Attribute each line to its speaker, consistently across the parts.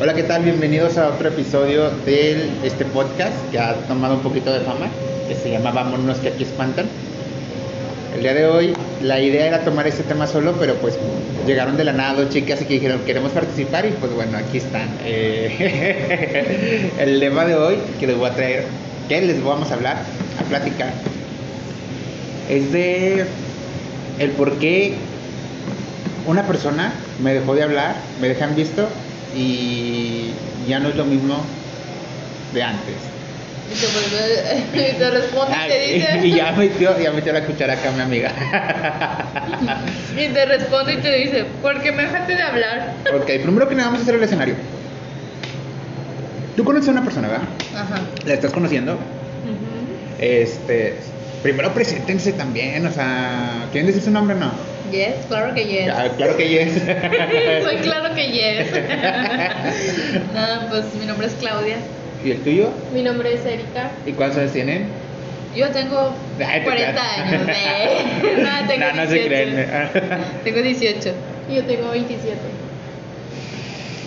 Speaker 1: Hola, ¿qué tal? Bienvenidos a otro episodio de este podcast que ha tomado un poquito de fama, que se llama Vámonos que aquí espantan. El día de hoy la idea era tomar este tema solo, pero pues llegaron de la nada dos chicas y que dijeron queremos participar y pues bueno, aquí están. Eh, el tema de hoy que les voy a traer, que les vamos a hablar, a platicar, es de el por qué una persona me dejó de hablar, me dejan visto y ya no es lo mismo de antes.
Speaker 2: Y te vuelve, y te responde y te dice.
Speaker 1: y ya metió, ya metió la cuchara acá mi amiga.
Speaker 2: Y te responde y te dice, porque me dejaste de hablar.
Speaker 1: ok, primero que nada vamos a hacer el escenario. Tú conoces a una persona, ¿verdad?
Speaker 2: Ajá.
Speaker 1: La estás conociendo.
Speaker 2: Ujú.
Speaker 1: Este, primero preséntense también, o sea, ¿quieren decir su nombre o no?
Speaker 2: Yes, claro que yes.
Speaker 1: Ya, claro que yes.
Speaker 2: Soy claro que yes. Nada, pues mi nombre es Claudia.
Speaker 1: ¿Y el tuyo?
Speaker 2: Mi nombre es Erika.
Speaker 1: ¿Y cuántos años tienen?
Speaker 2: Yo tengo
Speaker 1: Ay, te
Speaker 2: 40
Speaker 1: creas.
Speaker 2: años. eh. No, tengo
Speaker 1: no, no se
Speaker 2: 18.
Speaker 1: creen.
Speaker 2: Tengo 18.
Speaker 3: Yo tengo 27.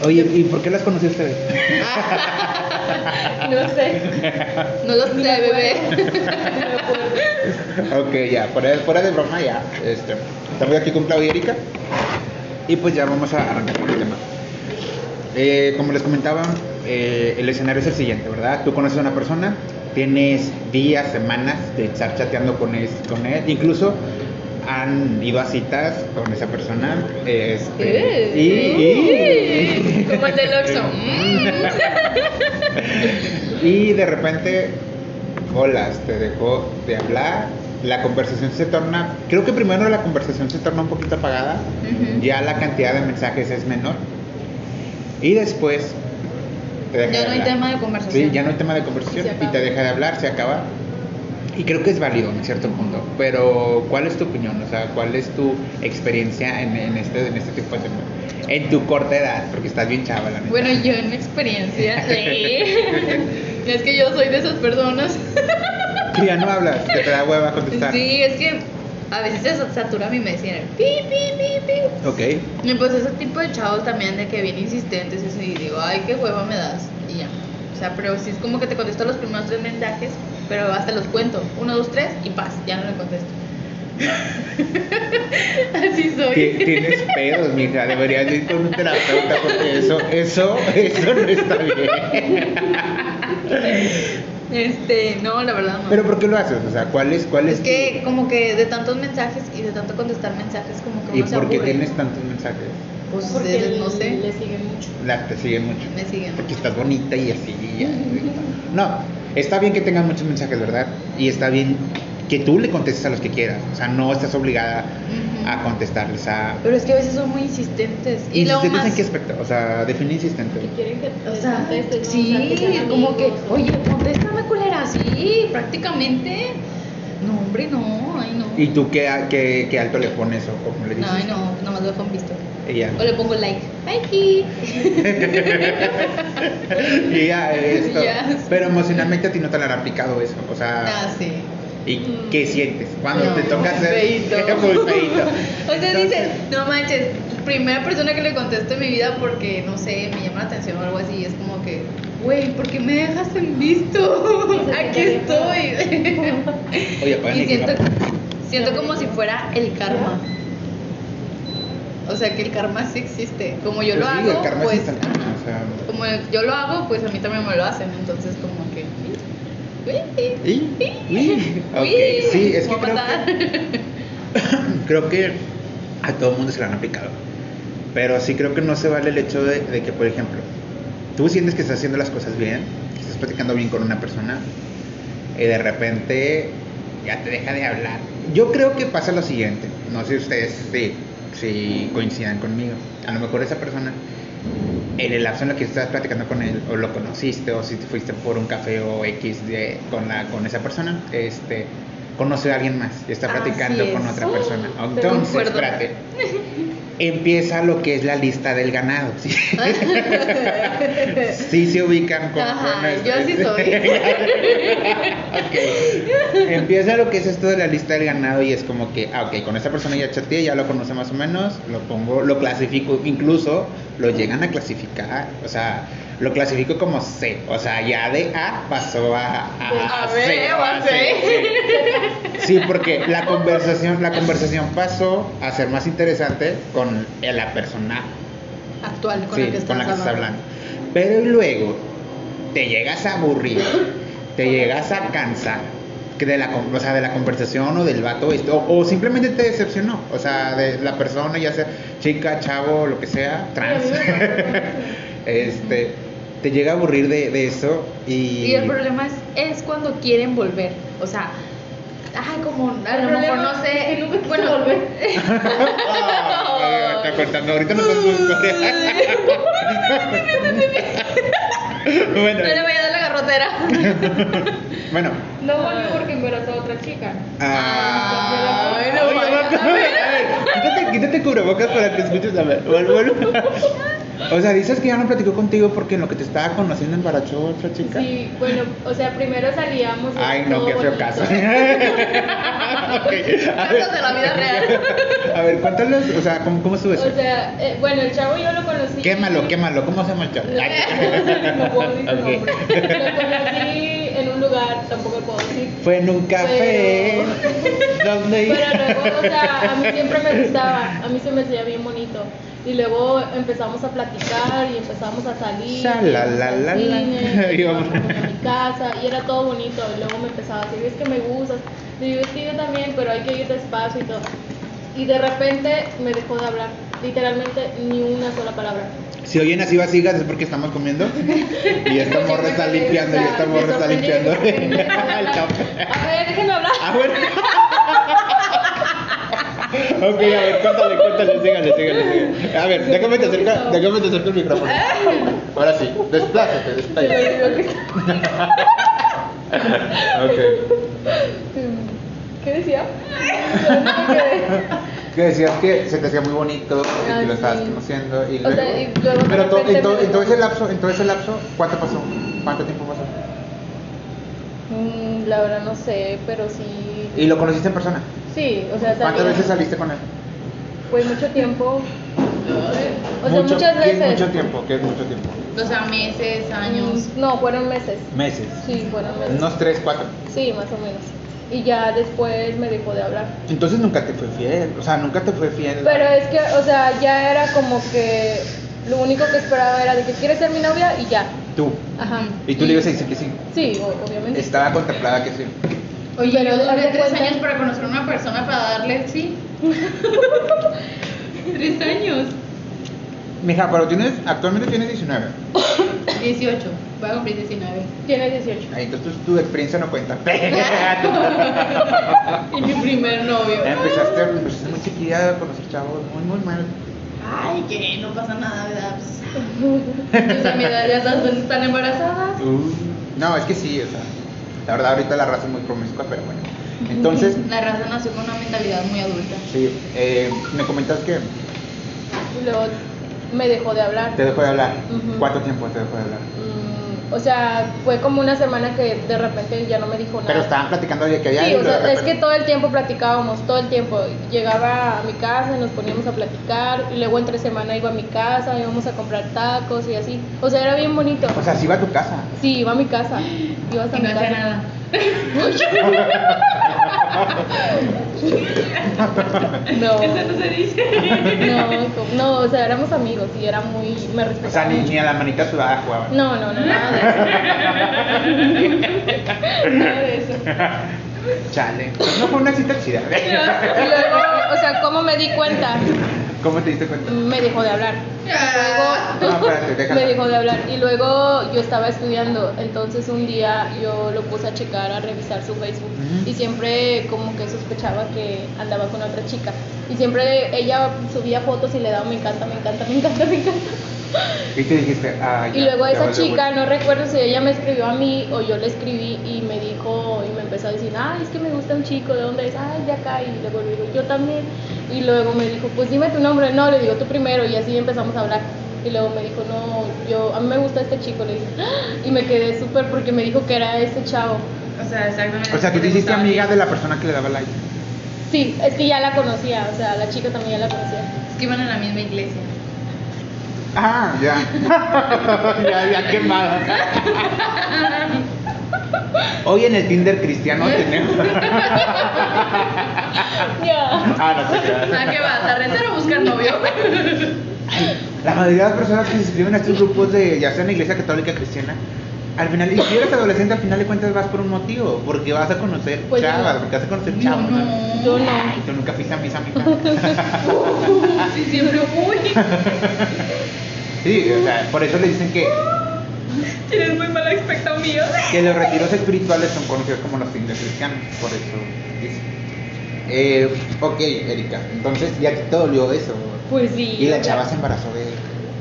Speaker 1: Oye, ¿y por qué las conocí a ustedes?
Speaker 3: No sé.
Speaker 2: No lo sé,
Speaker 3: me acuerdo.
Speaker 2: bebé.
Speaker 1: Ok, ya, fuera de, fuera de broma ya. Este, estamos aquí con Claudia y Erika. Y pues ya vamos a arrancar con el tema. Eh, como les comentaba, eh, el escenario es el siguiente, ¿verdad? Tú conoces a una persona, tienes días, semanas de estar chateando con él, con él. incluso han ido a citas con esa persona. Este, y, y-
Speaker 2: Como el del Oxxo.
Speaker 1: y de repente, bolas, te dejó de hablar, la conversación se torna, creo que primero la conversación se torna un poquito apagada,
Speaker 2: Ujú.
Speaker 1: ya la cantidad de mensajes es menor, y después te deja
Speaker 2: Ya
Speaker 1: de
Speaker 2: no hay
Speaker 1: hablar.
Speaker 2: tema de conversación.
Speaker 1: Sí, ya no hay tema de conversación
Speaker 3: Se
Speaker 1: y
Speaker 3: acaba.
Speaker 1: te deja de hablar, se acaba. Y creo que es válido en cierto punto, pero ¿cuál es tu opinión? O sea, ¿cuál es tu experiencia en, en este, en este tipo de temas? En tu corta edad, porque estás bien chava, la neta.
Speaker 2: Bueno, yo en mi experiencia, sí. es que yo soy de esas personas.
Speaker 1: Que ya no hablas, que te da hueva contestar.
Speaker 2: Sí, es que a veces se satura mi medicina. Pi, pi, pi, pi.
Speaker 1: Ok.
Speaker 2: Y pues ese tipo de chavos también de que bien insistentes y así, digo, ay, qué hueva me das. Y ya. O sea, pero sí es como que te contesto los primeros tres mensajes, pero hasta los cuento. Uno, dos, tres y paz, ya no le contesto. así soy.
Speaker 1: Ti- Tienes pedos, mija. Deberías de ir con un terapeuta porque eso, eso, eso no está bien.
Speaker 2: Este, no, la verdad no.
Speaker 1: Pero ¿por qué lo haces? O sea, ¿cuál es, cuál es,
Speaker 2: es que como que de tantos mensajes y de tanto contestar mensajes como
Speaker 1: tu-
Speaker 2: que
Speaker 1: ¿Y
Speaker 2: uno se
Speaker 1: por qué
Speaker 2: aburre.
Speaker 1: tienes tantos mensajes?
Speaker 2: Pues
Speaker 3: Porque
Speaker 2: no sé,
Speaker 3: le sigue mucho.
Speaker 1: La, te siguen mucho.
Speaker 2: me siguen.
Speaker 1: Porque estás bonita y así. y ya. No, está bien que tengas muchos mensajes, ¿verdad? Y está bien que tú le contestes a los que quieras. O sea, no estás obligada
Speaker 2: Ujú.
Speaker 1: a contestarles a...
Speaker 2: Pero es que a veces son muy insistentes. Y, luego
Speaker 1: ¿Insistentes
Speaker 2: más...
Speaker 1: en qué aspecto? O sea, define insistente.
Speaker 3: Que quieren que te
Speaker 2: O sea,
Speaker 3: contestes, ¿no? O
Speaker 2: sí,
Speaker 3: sea, que sean
Speaker 2: como que,
Speaker 3: amigos, o-
Speaker 2: oye, contéstame culera, sí, prácticamente. No, hombre, no, ay no.
Speaker 1: ¿Y tú qué, qué, qué alto le pones o cómo le
Speaker 2: No,
Speaker 1: dices?
Speaker 2: ay no, nomás lo dejo en visto.
Speaker 1: Ella.
Speaker 2: O le pongo like, likey.
Speaker 1: Y ya, esto.
Speaker 2: Ya, sí.
Speaker 1: Pero emocionalmente a ti no te la han aplicado eso. O sea,
Speaker 2: Ah, sí.
Speaker 1: ¿y qué sientes? Cuando
Speaker 2: No,
Speaker 1: te toca hacer.
Speaker 2: feíto.
Speaker 1: Muy feíto.
Speaker 2: O sea, dices,
Speaker 1: Entonces,
Speaker 2: no manches, primera persona que le contesto en mi vida porque, no sé, me llama la atención o algo así, y es como que, güey, ¿por qué me dejas en visto?
Speaker 3: Se te
Speaker 2: Aquí
Speaker 3: queda
Speaker 2: estoy.
Speaker 1: Oye, apaga
Speaker 2: y
Speaker 1: el
Speaker 2: siento,
Speaker 1: micrófono.
Speaker 2: siento como si fuera el karma. O sea, que el karma sí existe. Como yo
Speaker 1: Pues
Speaker 2: lo
Speaker 1: sí,
Speaker 2: hago,
Speaker 1: el karma es
Speaker 2: pues,
Speaker 1: instantáneo,
Speaker 2: ajá.
Speaker 1: o sea.
Speaker 2: como yo lo hago, pues a mí también me lo hacen, entonces como que... uy, uy,
Speaker 1: ¿Y? ¿Y?
Speaker 2: uy,
Speaker 1: Ok, sí, es que
Speaker 2: voy a
Speaker 1: creo
Speaker 2: matar.
Speaker 1: que, creo que a todo mundo se la han aplicado. Pero sí creo que no se vale el hecho de, de que, por ejemplo, tú sientes que estás haciendo las cosas bien, que estás platicando bien con una persona, y de repente ya te deja de hablar. Yo creo que pasa lo siguiente, no sé ustedes si, si coincidan conmigo, a lo mejor esa persona, en el lapso en el que estás platicando con él, o lo conociste, o si te fuiste por un café o X de- con, la, con esa persona, este, conoce a alguien más y está
Speaker 2: Así
Speaker 1: platicando con
Speaker 2: es.
Speaker 1: otra
Speaker 2: Oh,
Speaker 1: persona.
Speaker 2: te
Speaker 1: Entonces,
Speaker 2: concuerdo.
Speaker 1: espérate, empieza lo que es la lista del ganado. Sí, Sí se ubican con, con
Speaker 2: Ajá,
Speaker 1: esto,
Speaker 2: yo así
Speaker 1: este.
Speaker 2: soy.
Speaker 1: Empieza lo que es esto de la lista del ganado y es como que, ah, ok, con esta persona ya chateé, ya lo conoce más o menos, lo pongo, lo clasifico, incluso lo llegan a clasificar. O sea, lo clasifico como C. O sea, ya de A pasó a, a,
Speaker 2: A B o a C.
Speaker 1: Sí, porque la conversación, la conversación pasó a ser más interesante con la persona
Speaker 2: Actual con
Speaker 1: sí,
Speaker 2: el que
Speaker 1: con
Speaker 2: estás
Speaker 1: la que estás
Speaker 2: hablando.
Speaker 1: hablando. Pero luego te llegas a aburrir, te llegas a cansar que de la, con- o sea, de la conversación o del vato, esto, o, o simplemente te decepcionó, o sea, de la persona, ya sea chica, chavo, lo que sea, trans, este, te llega a aburrir de, de eso y...
Speaker 2: Y el problema es, es cuando quieren volver. O sea, ay, como a lo mejor
Speaker 3: problema
Speaker 2: no
Speaker 3: es
Speaker 2: sé.
Speaker 3: que nunca quiso
Speaker 2: bueno,
Speaker 3: volver.
Speaker 1: Ah, está contando, ahorita nos cuenta su historia. bueno,
Speaker 2: no le voy a dar la garrotera.
Speaker 1: bueno.
Speaker 3: No volvió porque embarazó a otra chica.
Speaker 1: Ah,
Speaker 2: Ay, no,
Speaker 1: oye,
Speaker 2: vaya,
Speaker 1: vato,
Speaker 2: a ver.
Speaker 1: a ver, quítate, quítate cubrebocas para que escuches. A ver, vuelvo, vuelvo. O sea, dices que ya no platicó contigo porque en lo que te estaba conociendo embarazó a otra chica.
Speaker 3: Sí, bueno, o sea, primero salíamos. era
Speaker 1: Ay, no,
Speaker 3: todo
Speaker 1: qué feo
Speaker 3: bonito.
Speaker 1: caso. Ok, a ver,
Speaker 2: Casos de la vida real.
Speaker 1: a ver, cuéntales, o sea, ¿cómo, cómo estuvo eso?
Speaker 3: O sea, eh, bueno, el chavo yo lo conocí.
Speaker 1: Quémalo, quémalo, ¿cómo se llama el chavo?
Speaker 3: Lo-
Speaker 1: Ay,
Speaker 3: No puedo decir
Speaker 1: Ok.
Speaker 3: nombre. Lo conocí en un lugar, tampoco puedo decir.
Speaker 1: Fue en un café. ¿Dónde
Speaker 3: Pero
Speaker 1: iba?
Speaker 3: luego, o sea, a mí siempre me gustaba, a mí se me hacía bien bonito. Y luego empezamos a platicar y empezamos a salir.
Speaker 1: Sha, la, la, la, la.
Speaker 3: y cine, y
Speaker 1: Yo-
Speaker 3: íbamos como a mi casa y era todo bonito. Y luego me empezaba a decir, es que me gustas, me divertido también, pero hay que ir despacio y todo. Y de repente me dejó de hablar, literalmente ni una sola palabra.
Speaker 1: Si oyen así vacías es porque estamos comiendo. Y esta morra está limpiando, y esta
Speaker 3: estamos
Speaker 1: morra está limpiando. El chavo.
Speaker 3: A ver, déjenme hablar.
Speaker 1: Ah, bueno. ok, a ver, cuéntale, cuéntale, sígale, sígale, sígale. A ver, déjame te acerca, déjame te acerca el micrófono. Ahora sí, desplázate, desplázate. Ok.
Speaker 3: ¿Qué decía? No, que-
Speaker 1: Que decías que se te hacía muy bonito y que
Speaker 3: Ah,
Speaker 1: lo estabas
Speaker 3: sí.
Speaker 1: conociendo y
Speaker 3: O
Speaker 1: luego...
Speaker 3: sea, y luego de
Speaker 1: Pero to-
Speaker 3: repente
Speaker 1: en, to-
Speaker 3: me-
Speaker 1: en todo ese lapso, en todo ese lapso, ¿cuánto pasó? ¿Cuánto tiempo pasó?
Speaker 3: Mm, la verdad no sé, pero sí.
Speaker 1: ¿Y lo conociste en persona?
Speaker 3: Sí, o sea,
Speaker 1: ¿Cuántas
Speaker 3: salía-
Speaker 1: veces saliste con él?
Speaker 3: Pues mucho tiempo. O sea,
Speaker 1: Mucho-
Speaker 3: muchas
Speaker 1: ¿qué es
Speaker 3: veces.
Speaker 1: mucho tiempo, que es mucho tiempo.
Speaker 2: O sea, meses, años.
Speaker 3: Mm, No, fueron meses.
Speaker 1: Meses.
Speaker 3: Sí, fueron meses.
Speaker 1: Unos tres, cuatro.
Speaker 3: Sí, más o menos. Y ya después me dejó de hablar.
Speaker 1: Entonces nunca te fue fiel, o sea, nunca te fue fiel.
Speaker 3: Pero es que, o sea, ya era como que lo único que esperaba era de que quieres ser mi novia y ya.
Speaker 1: Tú.
Speaker 3: Ajá.
Speaker 1: Y tú le ibas a decir que sí.
Speaker 3: Sí, o- obviamente.
Speaker 1: Estaba contemplada que sí.
Speaker 2: Oye,
Speaker 3: Pero
Speaker 2: yo
Speaker 3: haz
Speaker 2: duré
Speaker 3: de
Speaker 2: tres
Speaker 3: cuenta-
Speaker 2: años para conocer a una persona para darle sí. tres años.
Speaker 1: Mija, pero tienes, actualmente tienes 19.
Speaker 2: 18. Voy a cumplir 19.
Speaker 3: Tiene 18.
Speaker 1: Ay, Entonces tu, tu experiencia no cuenta.
Speaker 2: Y mi primer novio.
Speaker 1: empezaste, empezaste muy chiquilla a conocer chavos, muy, muy mal.
Speaker 2: Ay, que no pasa nada, ¿verdad? Pues, o sea, mi edad ya tantas veces están embarazadas.
Speaker 3: Uh.
Speaker 1: No, es que sí, o sea, la verdad ahorita la raza es muy promiscua, pero bueno. Entonces,
Speaker 2: La raza nació con una mentalidad muy adulta.
Speaker 1: sí, eh, me comentas que
Speaker 3: Y luego me dejó de hablar.
Speaker 1: te dejó de hablar.
Speaker 3: Ujú.
Speaker 1: ¿Cuánto tiempo te dejó de hablar?
Speaker 3: Mm, o sea, fue como una semana que de repente ya no me dijo nada.
Speaker 1: Pero estaban platicando de que había
Speaker 3: Sí,
Speaker 1: ido
Speaker 3: o
Speaker 1: de
Speaker 3: sea, es
Speaker 1: repente.
Speaker 3: que todo el tiempo platicábamos, todo el tiempo. Llegaba a mi casa, nos poníamos a platicar, y luego entre semana iba a mi casa, íbamos a comprar tacos y así. O sea, era bien bonito.
Speaker 1: O sea, sí iba a tu casa.
Speaker 3: Sí, iba a mi casa, iba hasta
Speaker 2: Y
Speaker 3: mi
Speaker 2: no
Speaker 3: casa.
Speaker 2: hacía nada.
Speaker 3: No,
Speaker 2: Eso no se dice.
Speaker 3: no, co- no, o sea, éramos amigos y era muy, me
Speaker 1: O sea,
Speaker 3: respetaba
Speaker 1: ni,
Speaker 3: mucho.
Speaker 1: ni a la manita sudada jugaba.
Speaker 3: No, no, no, nada de eso. Nada de eso.
Speaker 1: Chale. Pues no fue una cita chida.
Speaker 3: Y luego, o sea, ¿cómo me di cuenta?
Speaker 1: ¿Cómo te diste cuenta?
Speaker 3: Me dejó de hablar.
Speaker 2: Ah.
Speaker 1: No, espérate, déjala.
Speaker 3: Me dejó de hablar. Y luego yo estaba estudiando, entonces un día yo lo puse a checar, a revisar su Facebook.
Speaker 1: Ujú.
Speaker 3: Y siempre como que sospechaba que andaba con otra chica. Y siempre ella subía fotos y le daba me encanta, me encanta, me encanta, me encanta.
Speaker 1: Y te dijiste, ah,
Speaker 3: Y
Speaker 1: ya,
Speaker 3: luego
Speaker 1: ya
Speaker 3: esa
Speaker 1: valió,
Speaker 3: chica,
Speaker 1: güey.
Speaker 3: no recuerdo si ella me escribió a mí o yo le escribí y me dijo y me empezó a decir, ay, es que me gusta un chico, ¿de dónde es? Ay, de acá. Y luego le digo, yo también. Y luego me dijo, pues dime tu nombre. No, le digo tú primero y así empezamos a hablar. Y luego me dijo, no, yo, a mí me gusta este chico. Le dije, "Ah", y me quedé súper porque me dijo que era este chavo.
Speaker 2: O sea, exactamente.
Speaker 1: O sea, tú te hiciste amiga de la persona que le daba like.
Speaker 3: Sí, es que ya la conocía, o sea, la chica también ya la conocía.
Speaker 2: Es que iban a la misma iglesia.
Speaker 1: Ah, ya. ya, ya quemada. Hoy en el Tinder cristiano tenemos.
Speaker 3: Ya.
Speaker 1: Ah, no te creas.
Speaker 2: ¿A qué vas? ¿A rentar o buscar novio?
Speaker 1: La mayoría de las personas que se inscriben a estos grupos de ya sea en la iglesia católica cristiana, al final, y si eres adolescente, al final de cuentas vas por un motivo, porque vas a conocer
Speaker 3: Pues yo
Speaker 1: chavas,
Speaker 3: no.
Speaker 1: porque vas a conocer chavos.
Speaker 2: no.
Speaker 1: ¿no?
Speaker 3: Yo no.
Speaker 1: Ay, tú nunca fuiste a misa, mija.
Speaker 2: Sí, siempre fui.
Speaker 1: Sí, o sea, por eso le dicen que,
Speaker 2: Tienes muy mal aspecto mío.
Speaker 1: que los retiros espirituales son conocidos como los Tinder cristianos, por eso dicen. Eh, ok, Erika, entonces ya te dolió eso.
Speaker 3: Pues sí.
Speaker 1: Y la
Speaker 3: o sea,
Speaker 1: chava se embarazó de él.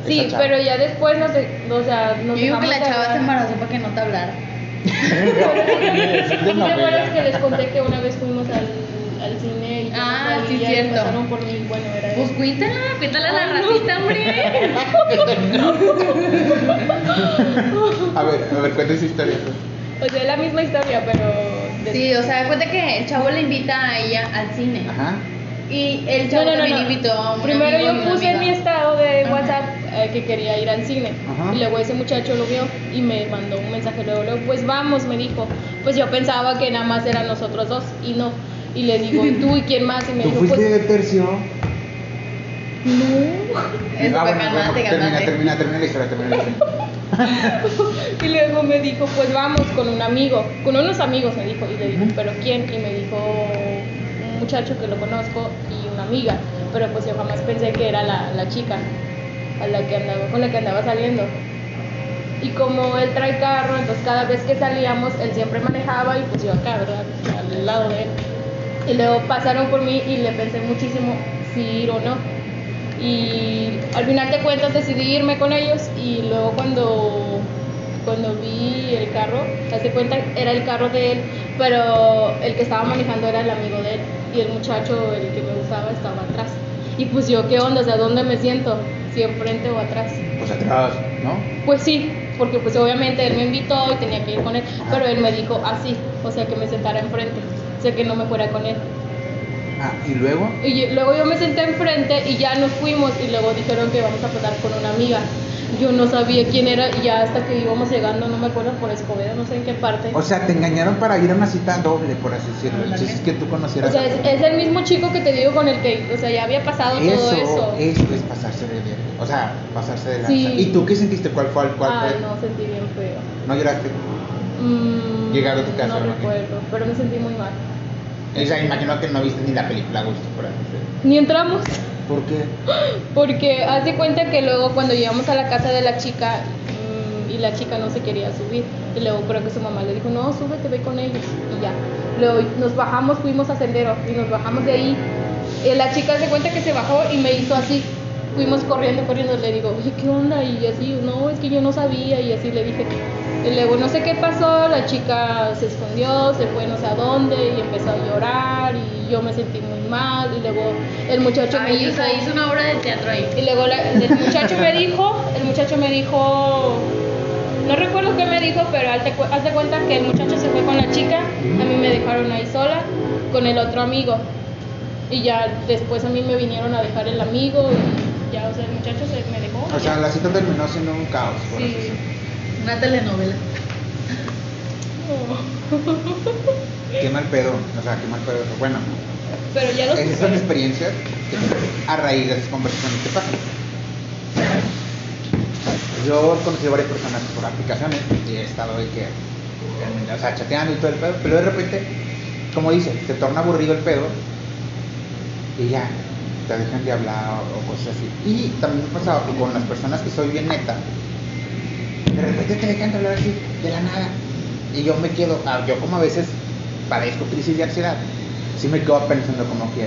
Speaker 3: Sí, pero ya después nos, de- o sea,
Speaker 2: Yo
Speaker 3: nos
Speaker 2: digo que
Speaker 3: dejamos
Speaker 2: la
Speaker 3: de
Speaker 2: chava se
Speaker 3: hablar.
Speaker 2: embarazó para que no te hablara.
Speaker 1: pero.
Speaker 3: ¿Te acuerdas que les conté que una vez fuimos al, al cine y
Speaker 2: Ah,
Speaker 3: fuimos a
Speaker 2: sí,
Speaker 3: Villa y
Speaker 2: cierto.
Speaker 3: pasaron por mí? Bueno, era
Speaker 2: Pues
Speaker 3: eso.
Speaker 2: cuéntala, cuéntala a la
Speaker 3: Ay, no.
Speaker 2: ratita, hombre.
Speaker 1: A ver, a ver, cuéntame su historia.
Speaker 3: O sea, es la misma historia, pero... de-
Speaker 2: Sí, o sea, cuenta que el chavo le invita a ella al cine.
Speaker 1: Ajá.
Speaker 2: Y el chavo también invitó a un
Speaker 3: Primero
Speaker 2: amigo y
Speaker 3: yo
Speaker 2: una
Speaker 3: puse en mi
Speaker 2: amiga.
Speaker 3: estado de
Speaker 2: Ajá.
Speaker 3: WhatsApp eh, que quería ir al cine.
Speaker 1: Ajá.
Speaker 3: Y luego ese muchacho lo vio y me mandó un mensaje. Luego, luego, pues vamos, me dijo. Pues yo pensaba que nada más eran nosotros dos y no. Y le digo, ¿y tú y quién más? Y me
Speaker 1: Tú
Speaker 3: dijo,
Speaker 1: fuiste
Speaker 3: pues
Speaker 1: de tercio.
Speaker 3: no.
Speaker 2: Eso
Speaker 1: Ah,
Speaker 2: fue
Speaker 1: bueno, bueno,
Speaker 2: calmante,
Speaker 1: termina,
Speaker 2: calmante.
Speaker 1: termina, termina la historia, termina la historia.
Speaker 3: Y luego me dijo, pues vamos con un amigo, con unos amigos me dijo. Y le digo,
Speaker 1: Ujú.
Speaker 3: ¿pero quién? Y me dijo un muchacho que lo conozco y una amiga. Pero pues yo jamás pensé que era la, la chica a la que andaba, con la que andaba saliendo. Y como él trae carro, entonces cada vez que salíamos, él siempre manejaba y pues yo acá, ¿verdad? Al lado de él. Y luego pasaron por mí y le pensé muchísimo si ir o no. Y al final de cuentas decidí irme con ellos y luego cuando, cuando vi el carro, hace cuenta era el carro de él, pero el que estaba manejando era el amigo de él y el muchacho, el que me gustaba, estaba atrás. Y pues yo, ¿qué onda? O sea, ¿dónde me siento? ¿Si enfrente o atrás?
Speaker 1: Pues atrás, ¿no?
Speaker 3: Pues sí, porque pues obviamente él me invitó y tenía que ir con él, pero él me dijo así, o sea, que me sentara enfrente, o sea, que no me fuera con él.
Speaker 1: Ah, y luego.
Speaker 3: Y yo- luego yo me senté enfrente y ya nos fuimos y luego dijeron que vamos a pasar con una amiga. Yo no sabía quién era y ya hasta que íbamos llegando, no me acuerdo, por Escobedo, no sé en qué parte.
Speaker 1: O sea, te engañaron para ir a una cita doble, por así decirlo.
Speaker 2: Ándale.
Speaker 1: El chiste es que tú
Speaker 3: O
Speaker 1: conocieras.
Speaker 3: sea, es, es el mismo chico que te digo con el que, o sea, ya había pasado todo eso.
Speaker 1: eso, eso es pasarse de bien. O sea, pasarse de lanza.
Speaker 3: Sí.
Speaker 1: ¿Y tú qué sentiste? ¿Cuál fue? ¿Cuál
Speaker 3: Ay,
Speaker 1: fue?
Speaker 3: no, sentí bien feo.
Speaker 1: ¿No lloraste?
Speaker 3: Mm,
Speaker 1: Llegando a tu casa,
Speaker 3: No
Speaker 1: ¿verdad?
Speaker 3: recuerdo, pero me sentí muy mal.
Speaker 1: O sea, imagino que no viste ni la película a gusto, por así decirlo.
Speaker 3: Ni entramos.
Speaker 1: ¿Por qué?
Speaker 3: Porque haz de cuenta que luego cuando llegamos a la casa de la chica mm, y la chica no se quería subir y luego creo que su mamá le dijo no súbete ve con ellos y ya luego nos bajamos fuimos a sendero y nos bajamos de ahí Eh, la chica se cuenta que se bajó y me hizo así fuimos corriendo corriendo le digo oye qué onda y así no es que yo no sabía y así le dije y luego no sé qué pasó la chica se escondió se fue no sé a dónde y empezó a llorar y yo me sentí muy mal y luego el muchacho me
Speaker 2: Ay, o
Speaker 3: dijo
Speaker 2: sea, hizo una obra de teatro ahí.
Speaker 3: y luego la- el muchacho me dijo, el muchacho me dijo, no recuerdo qué me dijo, pero hazte, cu- haz de cuenta que el muchacho se fue con la chica, a mí me dejaron ahí sola con el otro amigo. Y ya después a mí me vinieron a dejar el amigo y ya, o sea, el muchacho se me dejó.
Speaker 1: O sea, la cita terminó siendo un caos, por así
Speaker 3: Sí.
Speaker 1: decirlo.
Speaker 2: Una telenovela.
Speaker 1: Qué mal pedo. O sea, qué mal pedo. Bueno,
Speaker 3: Pero ya lo
Speaker 1: esas son
Speaker 3: superé.
Speaker 1: experiencias que- a raíz de esas conversaciones que pasan. Yo he conocido varias personas por aplicaciones y he estado de que, o sea, chateando y todo el pedo, pero de repente, como dice, se torna aburrido el pedo y ya, te dejan de hablar o, o cosas así. Y también me ha pasado que con las personas que soy bien neta, de repente te dejan de hablar así, de la nada. Y yo me quedo, ah, yo como a veces padezco crisis de ansiedad, sí me quedo pensando como que,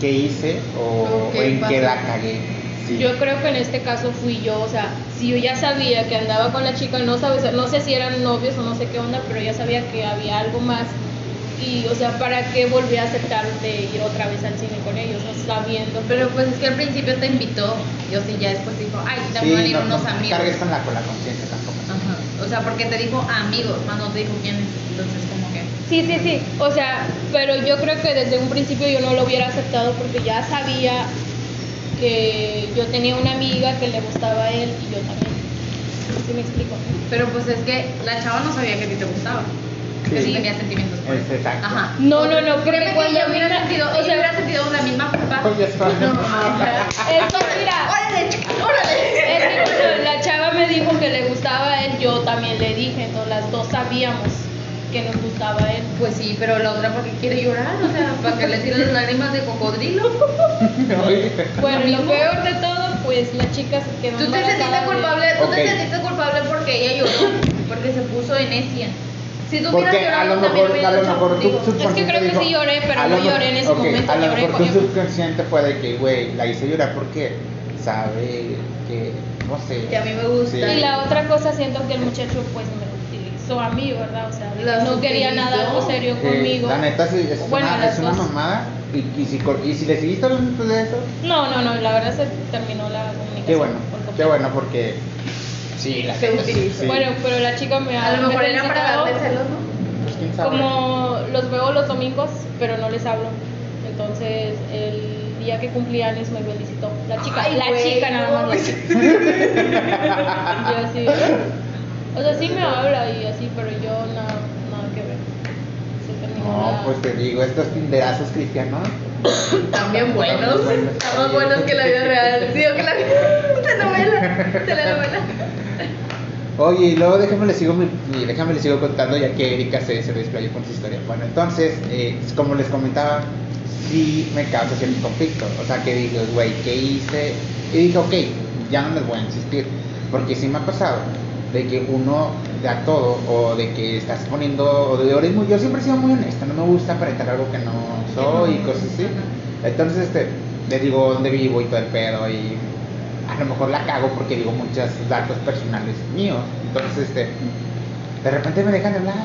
Speaker 1: ¿qué hice? O,
Speaker 2: Ok,
Speaker 1: o en
Speaker 2: pasó.
Speaker 1: qué la cagué. Sí.
Speaker 3: Yo creo que en este caso fui yo, o sea, si yo ya sabía que andaba con la chica, no sabes, no sé si eran novios o no sé qué onda, pero ya sabía que había algo más. Y, o sea, ¿para qué volví a aceptar de ir otra vez al cine con ellos? No sabiendo.
Speaker 2: Pero pues es que al principio te invitó y o sea, ya después dijo, ay, también van a
Speaker 1: Sí,
Speaker 2: ir
Speaker 1: no, no
Speaker 2: unos
Speaker 1: te
Speaker 2: amigos.
Speaker 1: cargues con la, con la conciencia tampoco.
Speaker 2: Ajá. O sea, porque te dijo amigos, más no te dijo quiénes. Entonces, como que.
Speaker 3: Sí, sí, sí. O sea, pero yo creo que desde un principio yo no lo hubiera aceptado porque ya sabía que yo tenía una amiga que le gustaba a él y yo también. ¿Sí me explico?
Speaker 2: Pero pues es que la chava no sabía que a ti te gustaba. Que
Speaker 1: Sí.
Speaker 2: sí tenía sentimientos por
Speaker 1: Es
Speaker 2: eso.
Speaker 1: exacto.
Speaker 2: Ajá.
Speaker 3: No, no, no, creo
Speaker 2: Créeme
Speaker 3: que
Speaker 2: que
Speaker 3: cuando
Speaker 2: ella hubiera
Speaker 3: mira-
Speaker 2: sentido,
Speaker 3: o
Speaker 2: ella
Speaker 3: sea-
Speaker 2: hubiera sentido la misma culpa.
Speaker 1: Porque es fan.
Speaker 3: Es que mira,
Speaker 2: ¡Órale! ¡Órale!
Speaker 3: Es que cuando la chava me dijo que le gustaba a él, yo también le dije, entonces las dos sabíamos que nos gustaba a él.
Speaker 2: Pues sí, pero la otra porque quiere llorar, o sea, para que le tire las lágrimas de cocodrilo.
Speaker 1: Oye,
Speaker 3: Bueno, lo
Speaker 2: mismo.
Speaker 3: peor de todo, pues la chica se quedó
Speaker 2: Tú te
Speaker 3: embarazada
Speaker 2: sentiste
Speaker 3: de-
Speaker 2: culpable, tú
Speaker 1: Ok.
Speaker 2: te sentiste culpable porque ella lloró, porque se puso en necia. Si tú hubieras
Speaker 1: Porque a
Speaker 2: llorado,
Speaker 1: lo
Speaker 2: también
Speaker 1: mejor,
Speaker 2: hubiera
Speaker 1: a lo
Speaker 2: luchado
Speaker 1: mejor tú
Speaker 2: contigo.
Speaker 3: Es que creo que sí lloré, pero no lloré en ese momento,
Speaker 1: A lo
Speaker 3: lloré
Speaker 1: mejor
Speaker 3: con
Speaker 1: tu
Speaker 3: ella.
Speaker 1: subconsciente fue de que, güey, la hice llorar porque sabe que, no sé.
Speaker 2: Que a mí me gusta.
Speaker 1: Sí.
Speaker 3: Y la otra cosa, siento que el muchacho pues me utilizó a mí, ¿verdad? O sea, de que
Speaker 2: Las
Speaker 3: no quería
Speaker 2: utilizó.
Speaker 3: nada algo serio
Speaker 1: Sí,
Speaker 3: conmigo.
Speaker 1: La neta sí, es
Speaker 3: Bueno,
Speaker 1: una,
Speaker 3: las
Speaker 1: es una
Speaker 3: dos.
Speaker 1: mamada. Y, y, si, cor- y si le seguiste hablando de eso,
Speaker 3: No, no, no, la verdad se terminó la comunicación.
Speaker 1: qué bueno,
Speaker 3: por completo.
Speaker 1: qué bueno porque. Sí, la
Speaker 2: Se
Speaker 1: neta,
Speaker 2: utilizó.
Speaker 1: sí.
Speaker 3: Bueno, pero la chica me ha
Speaker 2: A lo
Speaker 3: me
Speaker 2: mejor era para
Speaker 3: felicitado.
Speaker 2: darte celos, ¿no?
Speaker 1: Pues, quién sabe.
Speaker 3: Como los veo los domingos, pero no les hablo. Entonces, el día que cumplí años me felicitó. La chica,
Speaker 2: Ay,
Speaker 3: la
Speaker 2: güey,
Speaker 3: chica nada
Speaker 2: no.
Speaker 3: más. La chica. yo así. O sea, sí me habla y así, pero yo nada, nada que ver. Se terminó
Speaker 1: No,
Speaker 3: la-
Speaker 1: pues te digo, estos tinderazos cristianos.
Speaker 2: También buenos.
Speaker 1: También buenos.
Speaker 2: Están más buenos que la vida real. Digo que la vida. Telenovela. Telenovela.
Speaker 1: Oye, y luego déjame le sigo, mi- mi- déjame le sigo contando ya que Erika se, se desplayó con su historia. Bueno, entonces, eh, como les comentaba, sí me causa cierto conflicto. O sea, que digo, güey, ¿qué hice? Y dije, ok, ya no les voy a insistir. Porque sí me ha pasado de que uno da todo o de que estás poniendo... O de, ahora mismo- yo siempre he sido muy honesta, no me gusta aparentar algo que no soy y cosas así. Entonces, este, le digo dónde vivo y todo el pedo y a lo mejor la cago porque digo muchos datos personales míos. Entonces, este, de repente me dejan de hablar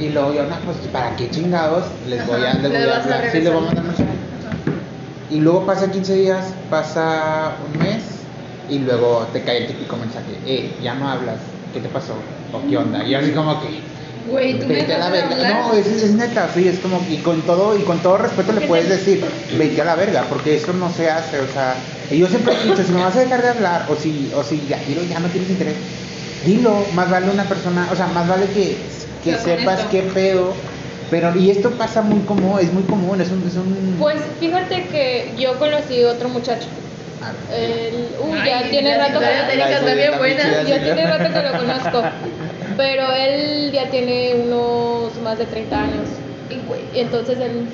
Speaker 1: y luego yo, no, pues, ¿para qué chingados les voy a,
Speaker 2: Ajá,
Speaker 1: les
Speaker 2: le
Speaker 1: voy a
Speaker 2: vas a
Speaker 1: hablar? Sí, les voy a
Speaker 2: regresar.
Speaker 1: mandar mensaje. Y luego pasa 15 días, pasa un mes y luego te cae el típico mensaje, eh, ya no hablas, ¿qué te pasó? ¿O qué onda? Y yo así como que...
Speaker 2: Güey, tú me
Speaker 1: Vete a la
Speaker 2: dejas de
Speaker 1: verga.
Speaker 2: hablar.
Speaker 1: No, es, es neta, sí, es como, y con todo, y con todo respeto le
Speaker 3: Porque
Speaker 1: puedes
Speaker 3: te-
Speaker 1: decir, vete a la verga, porque eso no se hace, o sea, y yo siempre he dicho, si me vas a dejar de hablar, o si, o si ya, dilo, ya no tienes interés, dilo, más vale una persona, o sea, más vale que, que
Speaker 2: Lo
Speaker 1: sepas
Speaker 2: conecto.
Speaker 1: qué pedo, pero, y esto pasa muy común, es muy común, es un, es un...
Speaker 3: Pues fíjate que yo conocí otro muchacho.
Speaker 1: A ver.
Speaker 3: Él, uy, ya
Speaker 2: Ay,
Speaker 3: tiene
Speaker 2: la
Speaker 3: rato
Speaker 2: historia de
Speaker 3: que
Speaker 2: Erika está bien buena.
Speaker 3: Ya tiene rato que lo conozco, pero él ya tiene unos más de 30 años.
Speaker 2: Y güey.
Speaker 3: Y entonces él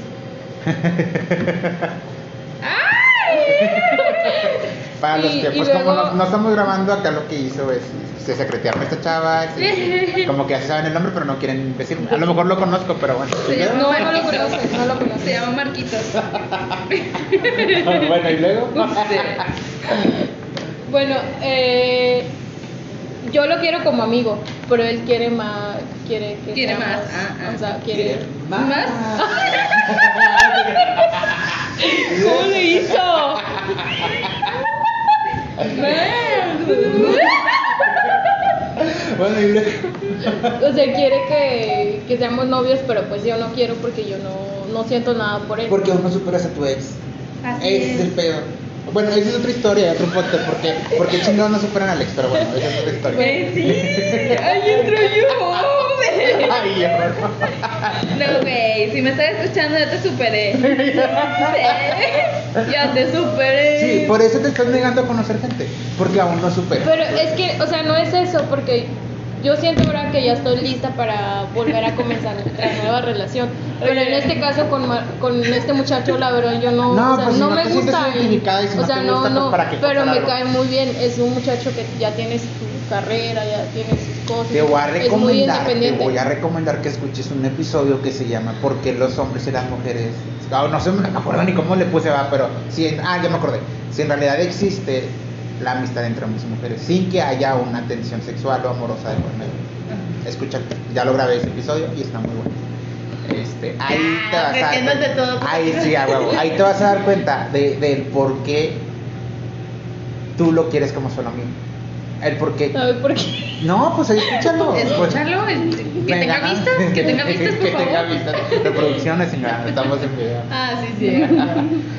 Speaker 1: Para los
Speaker 3: Y-
Speaker 1: que,
Speaker 3: y
Speaker 1: pues como
Speaker 3: luego-
Speaker 1: no, no estamos grabando, acá lo que hizo es, se secretearon esta chava, sí, como que ya se saben el nombre, pero no quieren decirme. A lo mejor lo conozco, pero bueno.
Speaker 2: Se llama
Speaker 3: No, no lo
Speaker 2: Marquitos.
Speaker 3: conoces, no lo
Speaker 2: Se
Speaker 3: conoces.
Speaker 2: llama Marquitos.
Speaker 1: Este. bueno, y luego...
Speaker 3: Bueno, eh, yo lo quiero como amigo, pero él quiere más, quiere que
Speaker 2: Quiere
Speaker 3: sea
Speaker 2: más, ah, ah.
Speaker 3: o sea, quiere.
Speaker 2: ¿Más?
Speaker 3: ¿Cómo lo hizo?
Speaker 1: Bueno, y luego...
Speaker 3: o sea, quiere que, que seamos novios, pero pues yo no quiero porque yo no, no siento nada por él.
Speaker 1: Porque aún no superas a tu ex. Ese es el pedo. Bueno, esa es otra historia, otro podcast, porque, porque chingados no superan al ex, pero bueno, esa es otra historia.
Speaker 2: Güey,
Speaker 3: Pues
Speaker 2: sí. Ahí entro yo.
Speaker 1: Ay, error.
Speaker 2: No, güey, si me estás escuchando ya te superé. Sí, ya te superé.
Speaker 1: Sí, pues, por eso te estás negando a conocer gente, porque aún no superas.
Speaker 3: Pero es que, o sea, no es eso, porque yo siento ahora que ya estoy lista para volver a comenzar otra nueva relación. Pero en este caso, con, Mar- con este muchacho, la verdad, yo no,
Speaker 1: No,
Speaker 3: o sea,
Speaker 1: pues, si
Speaker 3: no
Speaker 1: no
Speaker 3: me
Speaker 1: te sientes
Speaker 3: gusta.
Speaker 1: identificada y si
Speaker 3: o
Speaker 1: no
Speaker 3: sea,
Speaker 1: te
Speaker 3: no,
Speaker 1: gusta, pues,
Speaker 3: no,
Speaker 1: ¿para qué
Speaker 3: pero me
Speaker 1: forzarlo?
Speaker 3: cae muy bien. Es un muchacho que ya tiene su carrera, ya tiene sus cosas.
Speaker 1: Te voy a
Speaker 3: es muy
Speaker 1: recomendar, te
Speaker 3: independiente.
Speaker 1: voy a recomendar que escuches un episodio que se llama ¿Por qué los hombres y las mujeres? Ah, no sé, no me acuerdo ni cómo le puse, va, pero si en- ah, ya me acordé. Si en realidad existe la amistad entre hombres y mujeres sin que haya una tensión sexual o amorosa de por medio. Escucha, ya lo grabé ese episodio y está muy bueno. Este, ahí
Speaker 2: Ah,
Speaker 1: te vas a dar
Speaker 2: ofreciéndote
Speaker 1: cuenta-
Speaker 2: todo.
Speaker 1: Ahí sí, a huevo. Ahí te vas a dar cuenta de, del por qué tú lo quieres como solo a mí. El por qué.
Speaker 3: ¿Sabes por qué?
Speaker 1: No, pues escúchalo.
Speaker 2: Escucharlo, que tenga
Speaker 1: Venga.
Speaker 2: vistas, que tenga vistas, por
Speaker 1: que tenga
Speaker 2: favor.
Speaker 1: vistas. Reproducciones, señora. Estamos en video.
Speaker 2: Ah, sí, sí.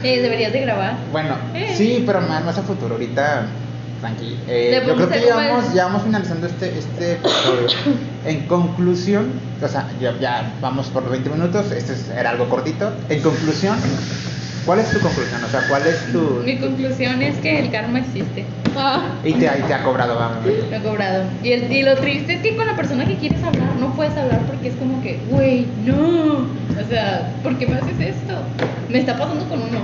Speaker 2: Eh, deberías de grabar.
Speaker 1: Bueno,
Speaker 2: Eh.
Speaker 1: sí, pero más, más a futuro. Ahorita, tranqui. Eh,
Speaker 2: Le
Speaker 1: yo creo
Speaker 2: podemos
Speaker 1: que
Speaker 2: hacer como
Speaker 1: llevamos,
Speaker 2: el-
Speaker 1: llevamos finalizando este, este episodio. En conclusión, o sea, ya, ya vamos por los 20 minutos. Este es- era algo cortito. En conclusión, ¿cuál es tu conclusión? O sea, ¿cuál es tu.
Speaker 2: Mi conclusión es que el karma existe.
Speaker 3: Ah,
Speaker 1: Y te, y te ha cobrado, vamos.
Speaker 2: Lo he cobrado. Y, el- y lo triste es que con la persona que quieres hablar no puedes hablar porque es como que, güey, no. O sea, ¿por qué me haces esto? Me está pasando con uno.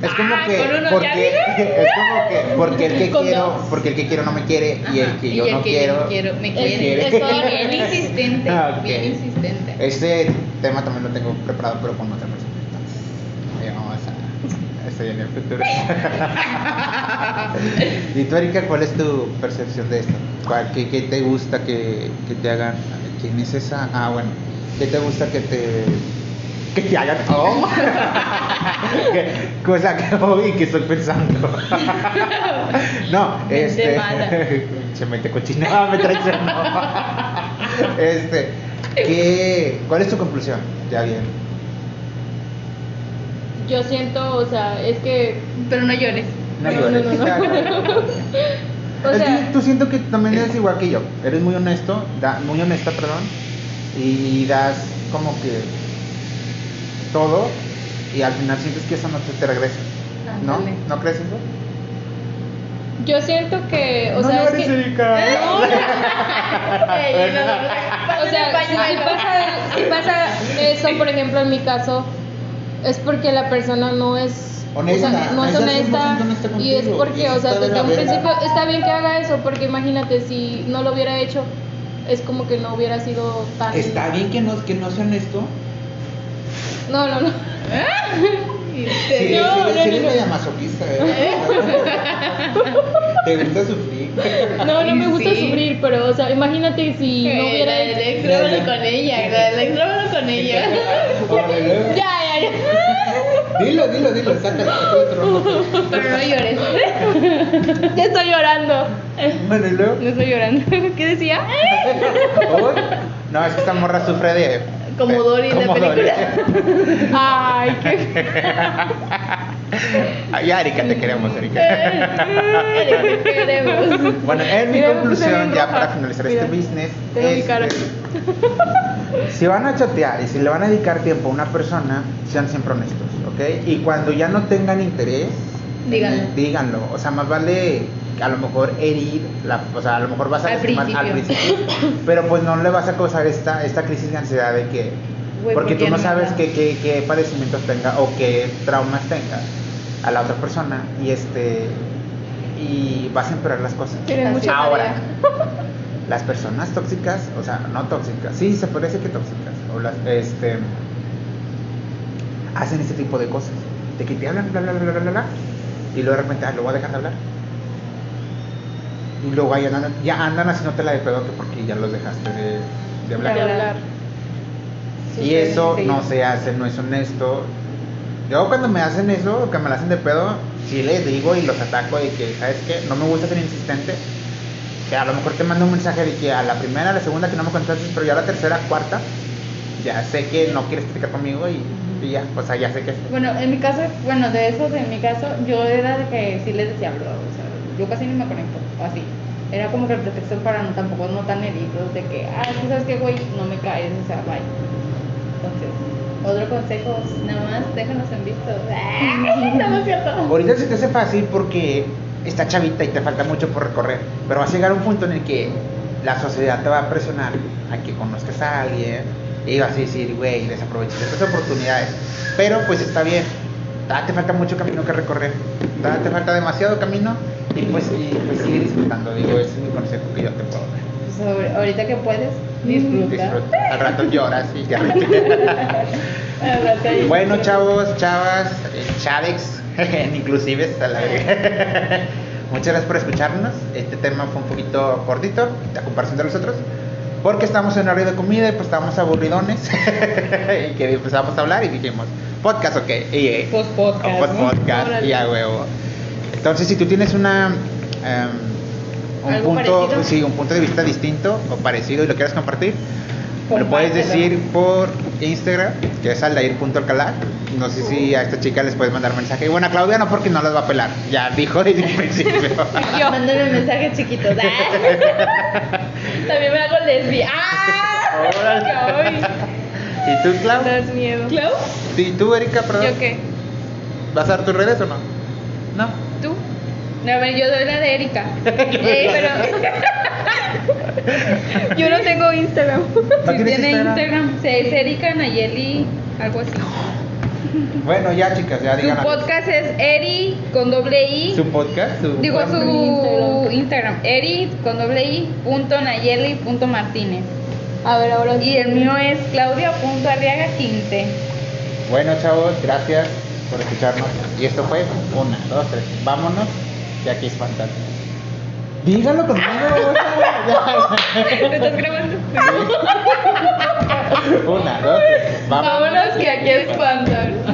Speaker 1: Es como
Speaker 2: Ah,
Speaker 1: que.
Speaker 2: con uno,
Speaker 1: porque,
Speaker 2: ¿ya vieron?
Speaker 1: es como que. Porque el que
Speaker 3: Con
Speaker 1: quiero.
Speaker 3: dos.
Speaker 1: Porque el que quiero no me quiere. y el
Speaker 2: Ah, Ajá,
Speaker 1: que yo no
Speaker 2: no
Speaker 1: quiero.
Speaker 2: me
Speaker 1: me quiere.
Speaker 2: quiere.
Speaker 3: Es todo
Speaker 2: bien insistente.
Speaker 1: Ah, ok.
Speaker 2: Bien insistente.
Speaker 1: Este tema también lo tengo preparado, pero con otra persona. Entonces, ya vamos a. Estoy en el futuro. y tú, Erika, ¿cuál es tu percepción de esto? ¿Cuál- qué, qué te gusta que, que te hagan? ¿Quién es esa? Ah, bueno. ¿Qué te gusta que te. que te hagan? Oh. ¿Qué cosa que hoy que estoy pensando. Eh. no,
Speaker 2: Mente
Speaker 1: este.
Speaker 2: mala.
Speaker 1: Se mete cochina. Ah, me traicionó. Este, ¿qué, ¿cuál es tu conclusión? Ya bien.
Speaker 3: yo siento, o sea, es que.
Speaker 2: Pero no llores.
Speaker 1: No
Speaker 3: No,
Speaker 1: llores.
Speaker 3: no, no, no. O
Speaker 1: Es
Speaker 3: sea,
Speaker 1: que tú siento que también eres igual que yo. Eres muy honesto, da- muy honesta, perdón, y das como que todo y al final sientes que eso no te, te regresa. ¿No?
Speaker 2: Ándale.
Speaker 1: ¿No crees eso?
Speaker 3: yo siento que. O
Speaker 1: no
Speaker 3: sea, es
Speaker 1: llores,
Speaker 3: que. ¿Eh?
Speaker 1: Erika.
Speaker 2: Ey, no, no, no.
Speaker 3: O sea, si
Speaker 2: Pásame el pañuelo.
Speaker 3: pasa, si pasa eso, por ejemplo, en mi caso, es porque la persona no es
Speaker 1: Honesta,
Speaker 3: o sea, no es
Speaker 1: esa es
Speaker 3: honesta
Speaker 1: 100% honesta
Speaker 3: y
Speaker 1: contigo,
Speaker 3: es
Speaker 1: este y
Speaker 3: porque,
Speaker 1: eso
Speaker 3: o sea,
Speaker 1: está de
Speaker 3: desde
Speaker 1: la
Speaker 3: un
Speaker 1: verga.
Speaker 3: principio está bien que haga eso, porque imagínate si no lo hubiera hecho, es como que no hubiera sido tan.
Speaker 1: Está bien que no, que no sea honesto.
Speaker 3: No, no, no.
Speaker 1: Sí,
Speaker 3: No,
Speaker 1: sí,
Speaker 3: no,
Speaker 1: sí eres
Speaker 3: no, no.
Speaker 1: media masoquista, ¿eh? Te gusta sufrir.
Speaker 3: No, no me
Speaker 2: Sí.
Speaker 3: gusta sufrir, pero, o sea, imagínate si
Speaker 2: Y
Speaker 3: no hubiera
Speaker 2: el
Speaker 3: hecho.
Speaker 2: ex, grábalo con ella, gra- el ex, grábalo con ella.
Speaker 1: Órale.
Speaker 3: Ya, ya, ya.
Speaker 1: Dilo, dilo, dilo, sácalo, sácalo, otro.
Speaker 2: Pero no llores.
Speaker 3: Ya estoy llorando.
Speaker 1: Bueno, y luego.
Speaker 3: No estoy llorando. ¿Qué decía?
Speaker 1: Uy, No, es que esta morra sufre de.
Speaker 2: Como
Speaker 1: eh,
Speaker 2: Dory en la
Speaker 1: como Dory.
Speaker 3: Ay, qué
Speaker 1: Ah, Ya, Erika, te queremos, Erika.
Speaker 2: pues, ¿Qué queremos?
Speaker 1: Bueno, en mi
Speaker 3: Mira, me puse
Speaker 1: conclusión,
Speaker 3: bien
Speaker 1: ya
Speaker 3: roja.
Speaker 1: para finalizar este
Speaker 3: Mira,
Speaker 1: business,
Speaker 3: tengo mi
Speaker 1: es
Speaker 3: cara.
Speaker 1: que si van a chatear y si le van a dedicar tiempo a una persona, sean siempre honestos, ¿ok? Y cuando ya no tengan interés,
Speaker 2: Díganlo.
Speaker 1: eh, díganlo. O sea, más vale a lo mejor herir, la- o sea, a lo mejor vas a
Speaker 2: Al
Speaker 1: lastimar
Speaker 2: principio.
Speaker 1: pero pues no le vas a causar esta, esta crisis de ansiedad de que,
Speaker 2: Güey,
Speaker 1: porque
Speaker 2: ¿por qué
Speaker 1: tú no
Speaker 2: no
Speaker 1: sabes
Speaker 2: hablas?
Speaker 1: qué, qué, qué padecimientos tenga o qué traumas tenga a la otra persona y este y vas a empeorar las cosas.
Speaker 3: Tienen mucha
Speaker 1: Ahora,
Speaker 3: tarea.
Speaker 1: las personas tóxicas, o sea, no tóxicas, sí se parece que tóxicas, o las, este, hacen este tipo de cosas, de que te hablan, bla, bla, bla, bla, bla, bla, y luego de repente, ah, lo voy a dejar de hablar. Y luego ahí andan, ya andan haciéndote la de pedo que porque ya los dejaste de, de hablar.
Speaker 3: De hablar.
Speaker 1: Y eso no se hace, no es honesto. Yo cuando me hacen eso, que me la hacen de pedo, sí les digo y los ataco de que, ¿sabes qué? No me gusta ser insistente. Que a lo mejor te mando un mensaje de que a la primera, a la segunda que no me contestes, pero ya a la tercera, cuarta, ya sé que no quieres platicar conmigo y, y ya, o sea, ya sé que...
Speaker 2: Bueno, en mi caso, bueno, de eso, en mi caso, yo era de que sí les decía, bro, o sea, yo casi ni me conecto, o así. Era como que el pretexto para no, tampoco no tan heridos, de que, ah, tú sabes que, güey, no me caes, o sea, bye. Entonces, otro consejo, nada más, déjanos en visto. ¡Ah! No, no es cierto.
Speaker 1: Ahorita se te hace fácil porque está chavita y te falta mucho por recorrer, pero vas a llegar a un punto en el que la sociedad te va a presionar a que conozcas a alguien y vas a decir, güey, desaproveché estas oportunidades. Pero pues está bien, todavía te falta mucho camino que recorrer, todavía te falta demasiado camino y pues, y, pues sigue disfrutando, digo, ese es mi consejo que yo te puedo dar.
Speaker 2: Pues, ahor- ahorita que puedes, disfruta.
Speaker 1: Mm. Disfruta, al rato lloras y ya.
Speaker 2: Ahorita ya-
Speaker 1: Bueno, chavos, chavas, eh, chavex, inclusive a la verga. Muchas gracias por escucharnos. Este tema fue un poquito cortito, a comparación de los otros, porque estamos en horario de comida y pues estábamos aburridones y que empezamos a hablar y dijimos, podcast o qué. Y, eh,
Speaker 2: Post Pues, podcast.
Speaker 1: o post- podcast,
Speaker 3: Órale.
Speaker 1: y a huevo. Entonces, si tú tienes una, em, un
Speaker 2: ¿Algo
Speaker 1: punto,
Speaker 2: parecido?
Speaker 1: sí, un punto de vista distinto o parecido y lo quieras compartir, me lo puedes
Speaker 2: Compártelo.
Speaker 1: decir por Instagram, que es aldair.alcalá. No sé si
Speaker 2: Uh.
Speaker 1: a esta chica les puedes mandar mensaje. Y bueno, a Claudia no, porque no las va a pelar. Ya dijo desde el principio.
Speaker 2: Mándame mensajes chiquitos. ¡Ah! También me hago lesbi. ¡Ah!
Speaker 1: Órale. ¿Y tú, Clau?
Speaker 2: Das miedo.
Speaker 3: ¿Clau?
Speaker 1: ¿Y tú, Erika, perdón?
Speaker 2: ¿Yo qué?
Speaker 1: ¿Vas a dar tus redes o no? No.
Speaker 2: ¿Tú? No, a ver, yo doy la de Erika. Eh, pero... yo no tengo Instagram.
Speaker 1: ¿No
Speaker 2: Si
Speaker 1: tienes
Speaker 2: tiene
Speaker 1: Instagram?
Speaker 2: Instagram, se es Erika Nayeli, algo así.
Speaker 1: Bueno, ya, chicas, ya
Speaker 2: Su
Speaker 1: digan.
Speaker 2: podcast es Eri con doble I.
Speaker 1: ¿Su podcast? Su
Speaker 2: Digo
Speaker 1: podcast.
Speaker 2: su Instagram, eri con doble i punto nayeli punto martínez.
Speaker 3: A ver, ahora
Speaker 2: Y el mío es claudia.arriaga15.
Speaker 1: Bueno, chavos, gracias por escucharnos. Y esto fue una, dos, tres. Vámonos, que aquí es fantástico. Dígalo conmigo.
Speaker 2: ¿Lo estás grabando?
Speaker 1: una, dos, tres. Vámonos.
Speaker 2: que aquí espantan.